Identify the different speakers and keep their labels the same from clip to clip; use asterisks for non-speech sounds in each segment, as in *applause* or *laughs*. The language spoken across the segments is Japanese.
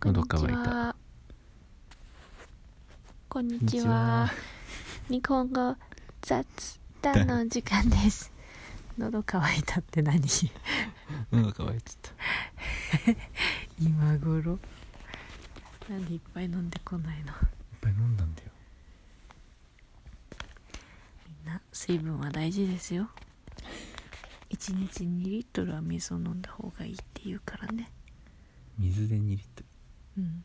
Speaker 1: こんにち
Speaker 2: 喉乾い
Speaker 1: は
Speaker 2: た。
Speaker 1: こんにちは。日本語雑談の時間です。 *laughs* 喉乾いたって何？
Speaker 2: 喉乾いてた
Speaker 1: *laughs* 今頃。なんでいっぱい飲んでこない
Speaker 2: いっ
Speaker 1: の？
Speaker 2: ぱい飲んだんだよ
Speaker 1: みんな水分は大事ですよ。一日2リットルは水を飲んだ方がいいって言うからね。
Speaker 2: 水で2リットル
Speaker 1: うん。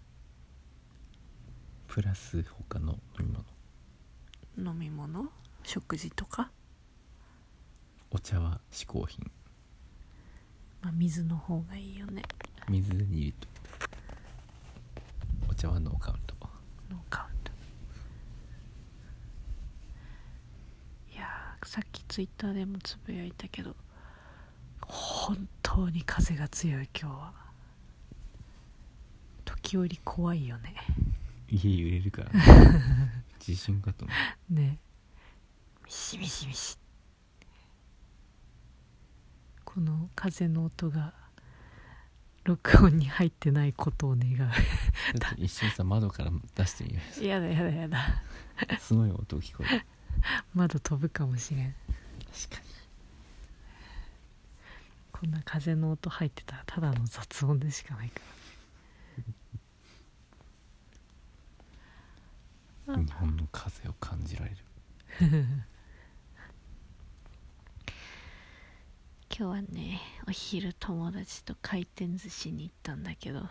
Speaker 2: プラス他の飲み物
Speaker 1: 飲み物、食事とか、
Speaker 2: お茶は嗜好品
Speaker 1: まあ水の方がいいよね。
Speaker 2: 水で2リットルお茶はノーカウント
Speaker 1: ノーカウントいやーさっきツイッターでもつぶやいたけど本当に風が強い今日は時折怖いよね
Speaker 2: 家揺れるからね地震かと思う
Speaker 1: ねミシミシミシこの風の音が録音に入ってないことを願
Speaker 2: だって一瞬さ窓から出してみよ
Speaker 1: う *laughs* やだやだやだ
Speaker 2: うすごい音聞こえる
Speaker 1: 窓飛ぶかもしれん
Speaker 2: 確か
Speaker 1: こんな風の音入ってたらただの雑音でしかないか
Speaker 2: に日本の風を感じられる
Speaker 1: 今日はねお昼友達と回転寿司に行ったんだけど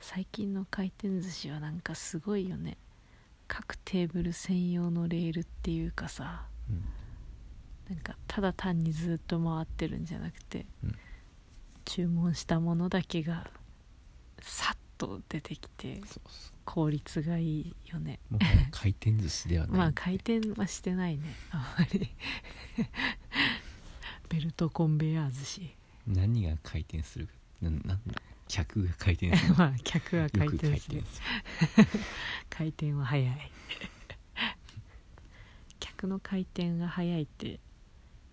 Speaker 1: 最近の回転寿司はなんかすごいよね各テーブル専用のレールっていうかさ
Speaker 2: うん
Speaker 1: なんかただ単にずっと回ってるんじゃなくて、
Speaker 2: うん
Speaker 1: 注文したものだけがさっと出てきて
Speaker 2: そうそ
Speaker 1: 効率がいいよね
Speaker 2: うもはや回転寿司ではない
Speaker 1: まあ回転はしてないねあんまり *laughs* ベルトコンベヤー寿司
Speaker 2: 何が回転するかななんだ客が回転する
Speaker 1: まあ客は回
Speaker 2: よく
Speaker 1: 転
Speaker 2: 回
Speaker 1: する
Speaker 2: 転する
Speaker 1: 回転は早い *laughs* 客の回転が早いって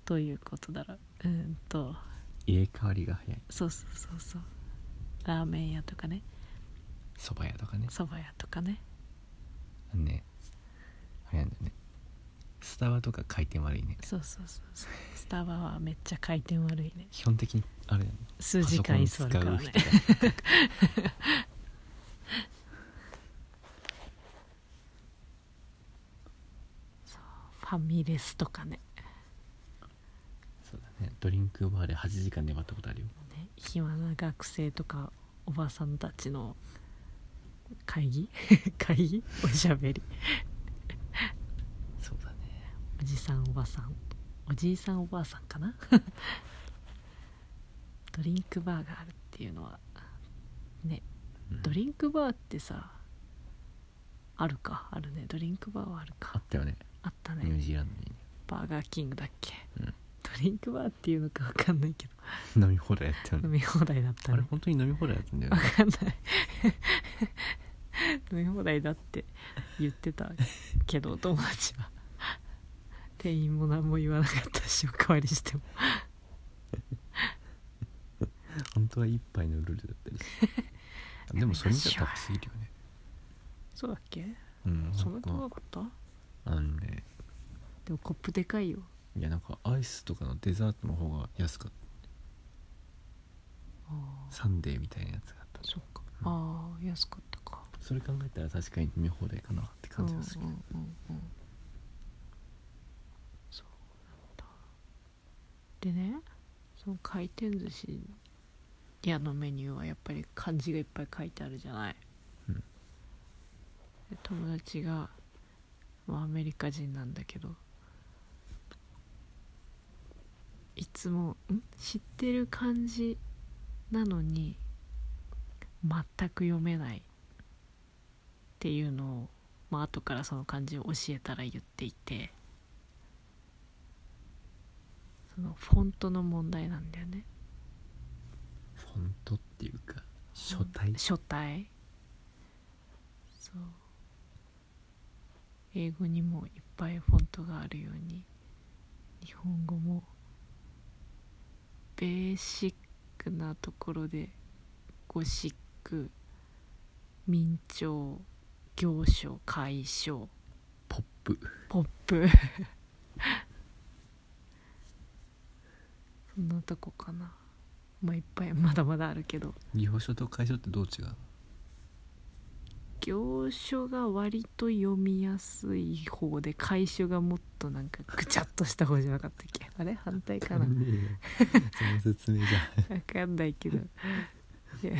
Speaker 1: どういうことだろううんと
Speaker 2: 入れ替わりが早い
Speaker 1: そうそうそうそうラーメン屋とかね
Speaker 2: 蕎麦屋とかね
Speaker 1: そば屋とかね
Speaker 2: あのねあれなんだよねスタバとか回転悪いね
Speaker 1: そうそうそうそうスタバはめっちゃ回転悪いね
Speaker 2: 基本的にあれだよね
Speaker 1: 数時間居座る *laughs* から
Speaker 2: パソ
Speaker 1: ね
Speaker 2: コン使う人が
Speaker 1: ファミレスとかね
Speaker 2: そうだねドリンクバーで8時間粘ったことあるよ
Speaker 1: ね暇な学生とかおばさんたちの会議 *laughs* 会議おしゃべり
Speaker 2: そうだね
Speaker 1: おじさんおばさんおじいさんおばあさんかな *laughs* ドリンクバーがあるっていうのはね
Speaker 2: うん
Speaker 1: ドリンクバーってさあるかあるねドリンクバーはある
Speaker 2: あ
Speaker 1: か
Speaker 2: ったよね
Speaker 1: あった
Speaker 2: ニュー
Speaker 1: ね
Speaker 2: ジーランドにね
Speaker 1: バーガーキングだっけ、
Speaker 2: うん
Speaker 1: ドリンクバーっていうのかわかんないけど
Speaker 2: 飲み放題やったよ
Speaker 1: 飲
Speaker 2: *laughs* ね
Speaker 1: み放題だった
Speaker 2: あれ
Speaker 1: ね
Speaker 2: 本当に飲み放題やったんだよ *laughs*
Speaker 1: わ
Speaker 2: ね
Speaker 1: かんない飲み放題だって言ってたけど友達
Speaker 2: *laughs*
Speaker 1: は店員も何も言わなかったしおかわりしても
Speaker 2: 本当は一杯のルールだったりして *laughs* でもそれじゃ高すぎるよね
Speaker 1: そうだっけ
Speaker 2: うん
Speaker 1: そん
Speaker 2: なん
Speaker 1: な高
Speaker 2: か
Speaker 1: かった
Speaker 2: あのね
Speaker 1: でもコップでかいよ
Speaker 2: いやなんかアイスとかのデザートの方が安かった
Speaker 1: あ
Speaker 2: サンデーみたいなやつがあった
Speaker 1: そっかあー安かったか
Speaker 2: それ考えたら確かに飲み放題かなって感じがする
Speaker 1: うんうんうんうんそうなんだでねその回転寿司屋のメニューはやっぱり漢字がいっぱい書いてあるじゃない、
Speaker 2: うん
Speaker 1: で友達が、まあ、アメリカ人なんだけどいつもん知ってる漢字なのに全く読めないっていうのをまあ後からその漢字を教えたら言っていてそのフォントの問題なんだよね
Speaker 2: フォントっていうか書体
Speaker 1: 書体そう英語にもいっぱいフォントがあるように日本語もベーシックなところでゴシック明朝行書解消
Speaker 2: ポップ
Speaker 1: ポップ *laughs* そんなとこかなまあいっぱいまだまだあるけど
Speaker 2: 行書と楷書ってどう違うの
Speaker 1: 行書が割と読みやすい方で楷書がもっとなんかぐちゃっとした方じゃなかったっけあれ反対かな
Speaker 2: わんねえよその説明じゃ *laughs*
Speaker 1: 分かんないけどいや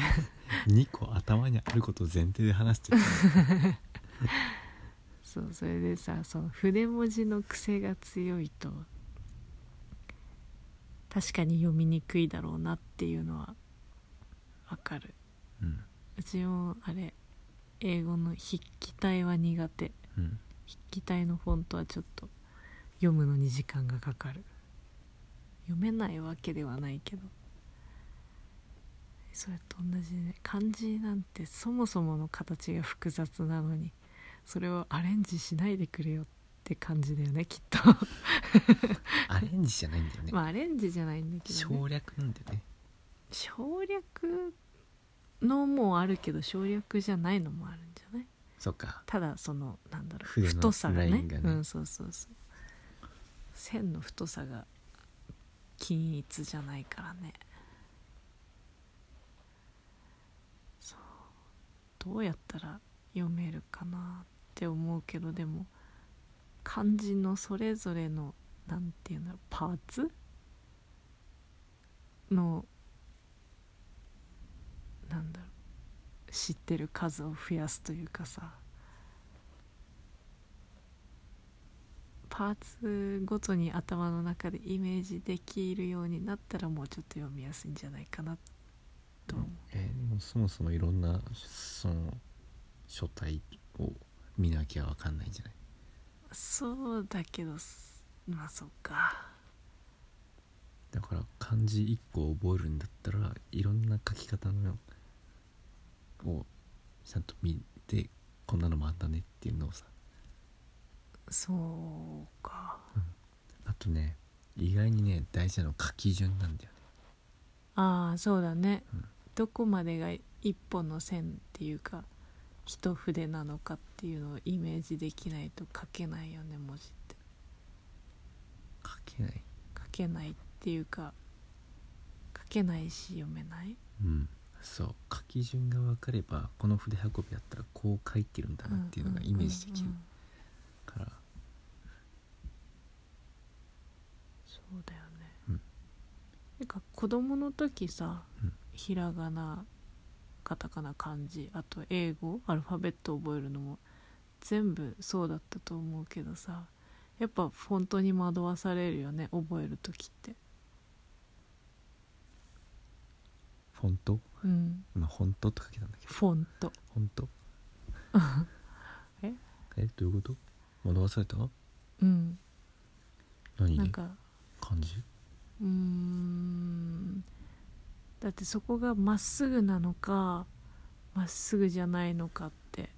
Speaker 2: 2個頭にあることを前提で話してる
Speaker 1: そうそれでさその筆文字の癖が強いと確かに読みにくいだろうなっていうのはわかる
Speaker 2: うん
Speaker 1: うちもあれ英語の筆記体は苦手
Speaker 2: うん
Speaker 1: 筆記体のフォントはちょっと読むのに時間がかかる読めないわけではないけどそれと同じね漢字なんてそもそもの形が複雑なのにそれをアレンジしないでくれよって感じだよねきっと
Speaker 2: アレンジじゃないんだよね、
Speaker 1: *laughs* まあアレンジじゃないんだけど、ね、
Speaker 2: 省略なんだよね
Speaker 1: 省略のもあるけど省略じゃないのもあるんじゃない
Speaker 2: そっか
Speaker 1: ただそのなんだろう
Speaker 2: 筆の
Speaker 1: 太さがね
Speaker 2: ラインがね
Speaker 1: うんそうそうそう線の太さが均一じゃないからねそうどうやったら読めるかなって思うけどでも漢字のそれぞれのなんていうんだろうパーツのなんだろう知ってる数を増やすというかさパーツごとに頭の中でイメージできるようになったらもうちょっと読みやすいんじゃないかなと思う、
Speaker 2: えーでもそもそもいろんなその書体を見なきゃわかんないんじゃない
Speaker 1: そうだけどすまあそうか
Speaker 2: だから漢字1個覚えるんだったらいろんな書き方のをちゃんと見てこんなのもあったねっていうのをさ
Speaker 1: そうか
Speaker 2: あとね意外にね大事なの書き順なんだよね
Speaker 1: ああそうだね、
Speaker 2: うん
Speaker 1: どこまでが一本の線っていうか一筆なのかっていうのをイメージできないと書けないよね文字って
Speaker 2: 書けない
Speaker 1: 書けないっていうか書けないし読めない
Speaker 2: うんそう書き順が分かればこの筆運びだったらこう書いてるんだなっていうのがイメージできる
Speaker 1: うんうんうん
Speaker 2: から、
Speaker 1: そうだよね、
Speaker 2: うん
Speaker 1: なんか子供の時さ、
Speaker 2: うん
Speaker 1: ひらがなカタカナ漢字あと英語アルファベット覚えるのも全部そうだったと思うけどさやっぱフォントに惑わされるよね覚える時って
Speaker 2: フォント
Speaker 1: うん
Speaker 2: 今フォントって書けたんだけど
Speaker 1: フォント
Speaker 2: フォント
Speaker 1: *laughs* え
Speaker 2: えどういうこと惑わされた
Speaker 1: うん
Speaker 2: 何
Speaker 1: なん
Speaker 2: に
Speaker 1: か
Speaker 2: 漢字
Speaker 1: うーんだってそこがまっすぐなのかまっすぐじゃないのかって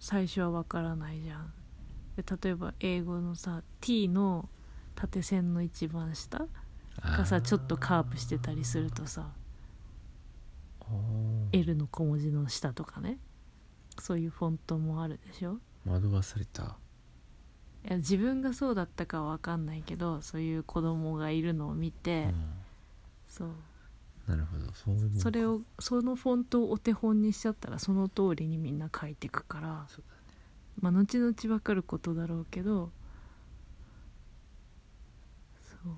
Speaker 1: 最初はわからないじゃんで例えば英語のさ T の縦線の一番下がさちょっとカーブしてたりするとさ
Speaker 2: あー
Speaker 1: L の小文字の下とかねそういうフォントもあるでしょ
Speaker 2: 惑わされた
Speaker 1: いや自分がそうだったかはわかんないけどそういう子供がいるのを見て、
Speaker 2: うん
Speaker 1: そう
Speaker 2: なるほどそういうもんか
Speaker 1: それをそのフォントをお手本にしちゃったらその通りにみんな書いてくから、
Speaker 2: そうだね
Speaker 1: まあ、後々わかることだろうけどそう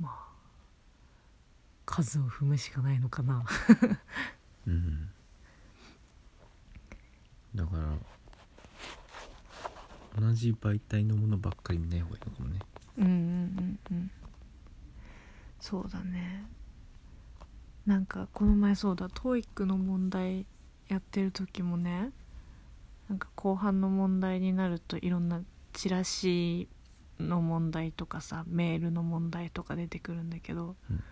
Speaker 1: まあ数を踏むしかないのかな
Speaker 2: うんだから同じ媒体のものばっかり見ない方がいいのかもね
Speaker 1: うんうんうんうんそうだねなんかこの前そうだ TOEIC の問題やってる時もねなんか後半の問題になるといろんなチラシの問題とかさメールの問題とか出てくるんだけど、
Speaker 2: うん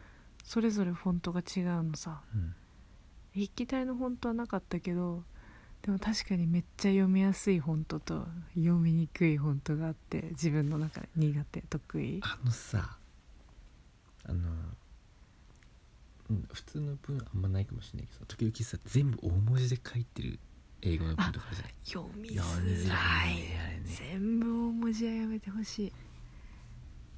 Speaker 1: それぞれフォントが違うのさ
Speaker 2: うん
Speaker 1: 筆記体のフォントはなかったけどでも確かにめっちゃ読みやすいフォントと読みにくいフォントがあって自分の中で苦手得意
Speaker 2: あのさあのうん普通の文あんまないかもしれないけど時々さ全部大文字で書いてる英語の文とかあるじゃない
Speaker 1: 読み
Speaker 2: 読みづ
Speaker 1: づ
Speaker 2: ら
Speaker 1: ら
Speaker 2: い
Speaker 1: い
Speaker 2: ねあれね
Speaker 1: 全部大文字はやめてほしい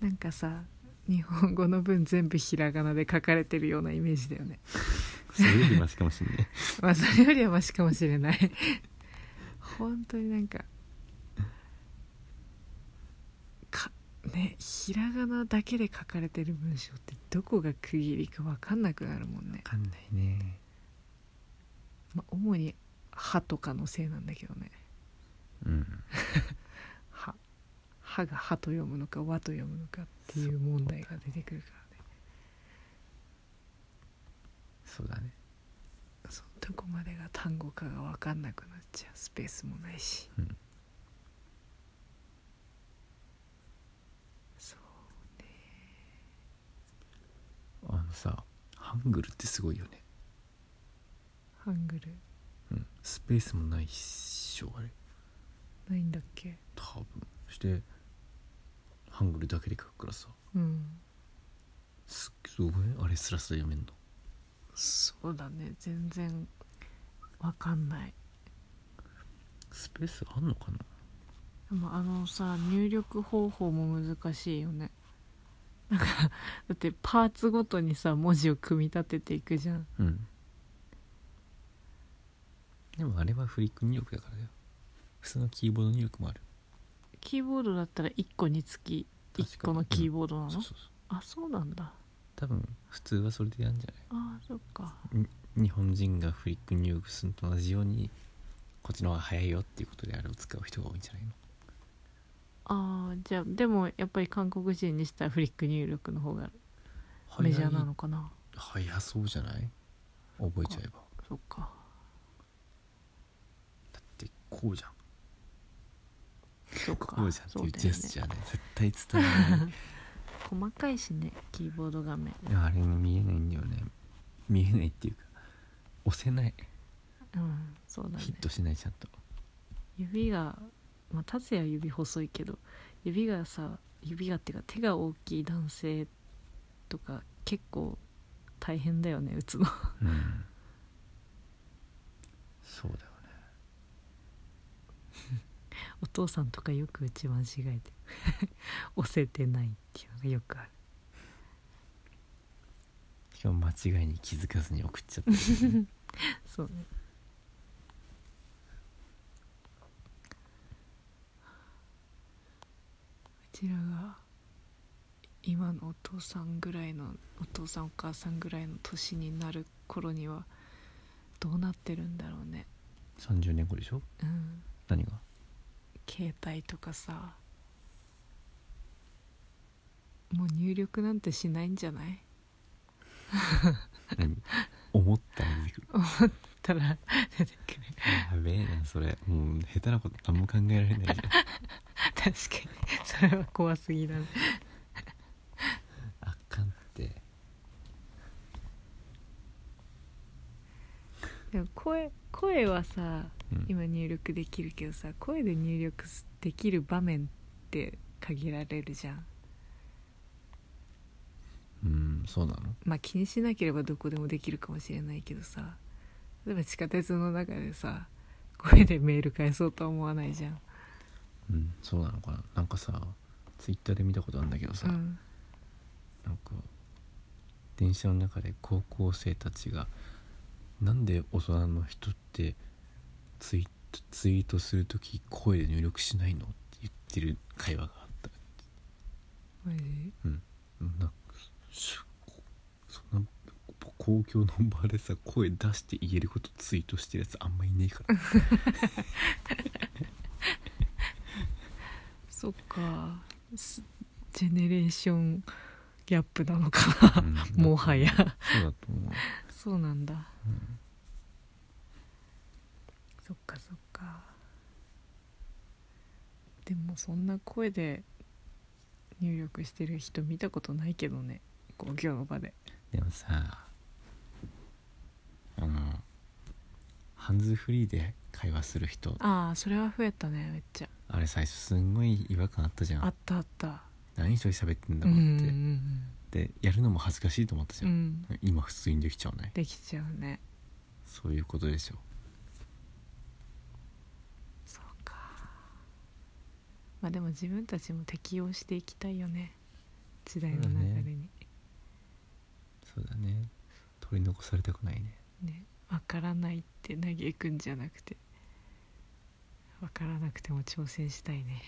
Speaker 1: なんかさ日本語の文全部ひらがなで書かれてるようなイメージだよね
Speaker 2: *laughs*
Speaker 1: *laughs*
Speaker 2: それよりマシかもしれない
Speaker 1: まあそれよりはマシかもしれない *laughs* 本当になんかかねひらがなだけで書かれてる文章ってどこが区切りか分かんなくなるもん
Speaker 2: 分、
Speaker 1: ね
Speaker 2: かんないね
Speaker 1: まあ、主に「歯とかのせいなんだけどね
Speaker 2: うん
Speaker 1: 「歯」「歯」が「歯」と読むのか「和」と読むのかっていう問題が出てくるからね
Speaker 2: そうだね
Speaker 1: そうどこまでが単語かが分かんなくなっちゃうスペースもないし、
Speaker 2: うん
Speaker 1: そう
Speaker 2: あのさハングルってすごいよね、
Speaker 1: ハングル
Speaker 2: うん、スペースもないっしょあれ
Speaker 1: ないんだっけ
Speaker 2: 多分そしてハングルだけで書くからさ
Speaker 1: うん
Speaker 2: すすごいあれスラスラ読めんの
Speaker 1: そうだね全然分かんない
Speaker 2: スペースあんのかな
Speaker 1: でもあのさ入力方法も難しいよねなんかだってパーツごとにさ文字を組み立てていくじゃん
Speaker 2: うんでもあれはフリック入力だからだよ普通のキーボード入力もある
Speaker 1: キーボードだったら1個につき1個のキー
Speaker 2: ボ
Speaker 1: ボードなの、
Speaker 2: そうそうそう
Speaker 1: あそうなんだ
Speaker 2: 多分普通はそれでやるんじゃ
Speaker 1: あーそっか
Speaker 2: ない日本人がフリック入力するのと同じようにこっちの方が早いよっていうことであれを使う人が多いんじゃないの
Speaker 1: あーじゃあでもやっぱり韓国人にしたらフリック入力の方がメジャーなのかな
Speaker 2: 早そうじゃない覚えちゃえば
Speaker 1: そっか
Speaker 2: だってこうじゃん
Speaker 1: そっか
Speaker 2: こうじゃんって
Speaker 1: そ
Speaker 2: いうう
Speaker 1: だ
Speaker 2: ジ
Speaker 1: よ
Speaker 2: ェ
Speaker 1: ね
Speaker 2: スチャーね絶対伝わらない
Speaker 1: 細かいしねキーボード画面
Speaker 2: いやあれ見えないんだよね見えないっていうか押せない
Speaker 1: うんそうだね
Speaker 2: ヒットしないちゃんと
Speaker 1: 指がまあ達也は指細いけど指がさ指がっていうか手が大きい男性とか結構大変だよね打つの *laughs*
Speaker 2: うんそうだよね
Speaker 1: お父さんとかよく打ち間違えて *laughs* 押せてないっていうのがよくある
Speaker 2: しかも間違いに気づかずに送っちゃったりする
Speaker 1: そうねうちらが今のお父さんぐらいのお父さんお母さんぐらいの年になる頃にはどうなってるんだろうね
Speaker 2: 30年後でしょ
Speaker 1: うん
Speaker 2: 何が
Speaker 1: 携帯とかさもう入力なんてしないんじゃない
Speaker 2: 何思ったら出てくる
Speaker 1: たら出てくる
Speaker 2: やべえなそれもう下手なこと何も考えられないじゃん *laughs*
Speaker 1: 確かにそれは怖すぎだね
Speaker 2: あかんって
Speaker 1: でも声声はさ
Speaker 2: うん
Speaker 1: 今入力できるけどさ声で入力すできる場面って限られるじゃん
Speaker 2: うんそうなの
Speaker 1: まあ気にしなければどこでもできるかもしれないけどさ例えば地下鉄の中でさ声でメール返そうとは思わないじゃん、
Speaker 2: うんそうなのかななんかさツイッターで見たことあるんだけどさ、
Speaker 1: うん、
Speaker 2: なんか電車の中で高校生たちがなんで大人の人ってツイートツイートする時声で入力しないのって言ってる会話があった
Speaker 1: マジ
Speaker 2: うんなんかすそんな公共の場でさ声出して言えることツイートしてるやつあんまいねえから
Speaker 1: そっかすジェネレーションギャップなのか
Speaker 2: うん
Speaker 1: なもはや
Speaker 2: そうだと思う
Speaker 1: そうなんだ、そっかそっかでもそんな声で入力してる人見たことないけどね公共の場で
Speaker 2: でもさあのハンズフリーで会話する人
Speaker 1: ああそれは増えたねめっちゃ
Speaker 2: あれ最初すんごい違和感あったじゃ
Speaker 1: あ
Speaker 2: ん
Speaker 1: ったあった
Speaker 2: 何一人喋ってんだ
Speaker 1: う
Speaker 2: ろ
Speaker 1: ん
Speaker 2: う
Speaker 1: う
Speaker 2: っ
Speaker 1: ん
Speaker 2: て、
Speaker 1: うん
Speaker 2: でやるのも恥ずかしいと思ったじ
Speaker 1: う
Speaker 2: ゃん、
Speaker 1: ん
Speaker 2: 今普通にできちゃわない
Speaker 1: できちゃうね
Speaker 2: そういうことでしょ
Speaker 1: そうかまあでも自分たちも適応していきたいよね時代の流れ
Speaker 2: そうだ
Speaker 1: に
Speaker 2: そうだね取り残されたくないね
Speaker 1: ねわからないって嘆くんじゃなくてわからなくても挑戦したいね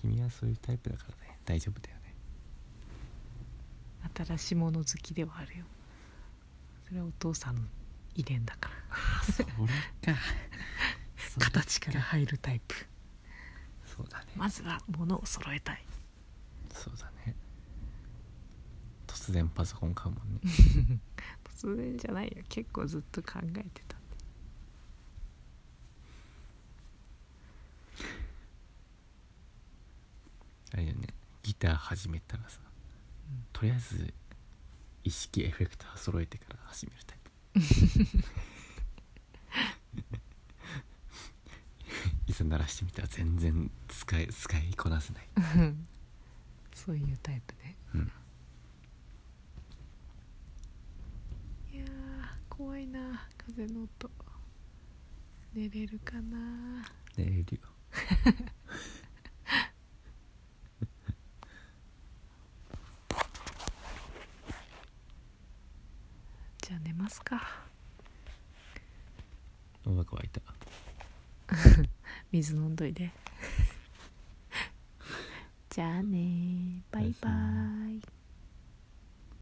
Speaker 2: 君はそういうタイプだからね大丈夫だよね
Speaker 1: 新しいもの好きではあるよそれはお父さんの遺伝だから
Speaker 2: それか
Speaker 1: 形から入るタイプ
Speaker 2: そうだね
Speaker 1: まずは物を揃えたい
Speaker 2: そうだね突然パソコン買うもんね
Speaker 1: 突然じゃないよ結構ずっと考えてた
Speaker 2: あれよねギター始めたらさ、
Speaker 1: うん
Speaker 2: とりあえず意識エフェクター揃えてから始める
Speaker 1: *laughs*
Speaker 2: タイプ *laughs* いざ鳴らしてみたら全然使い使いこなせ
Speaker 1: *laughs*
Speaker 2: ない、
Speaker 1: そういうタイプね
Speaker 2: うん、
Speaker 1: いやー怖いな風の音寝れるかな
Speaker 2: 寝れるよ
Speaker 1: じゃあ寝ますか
Speaker 2: お腹沸いた
Speaker 1: 水飲んどいで *laughs* じゃあねバイバ
Speaker 2: おや
Speaker 1: イ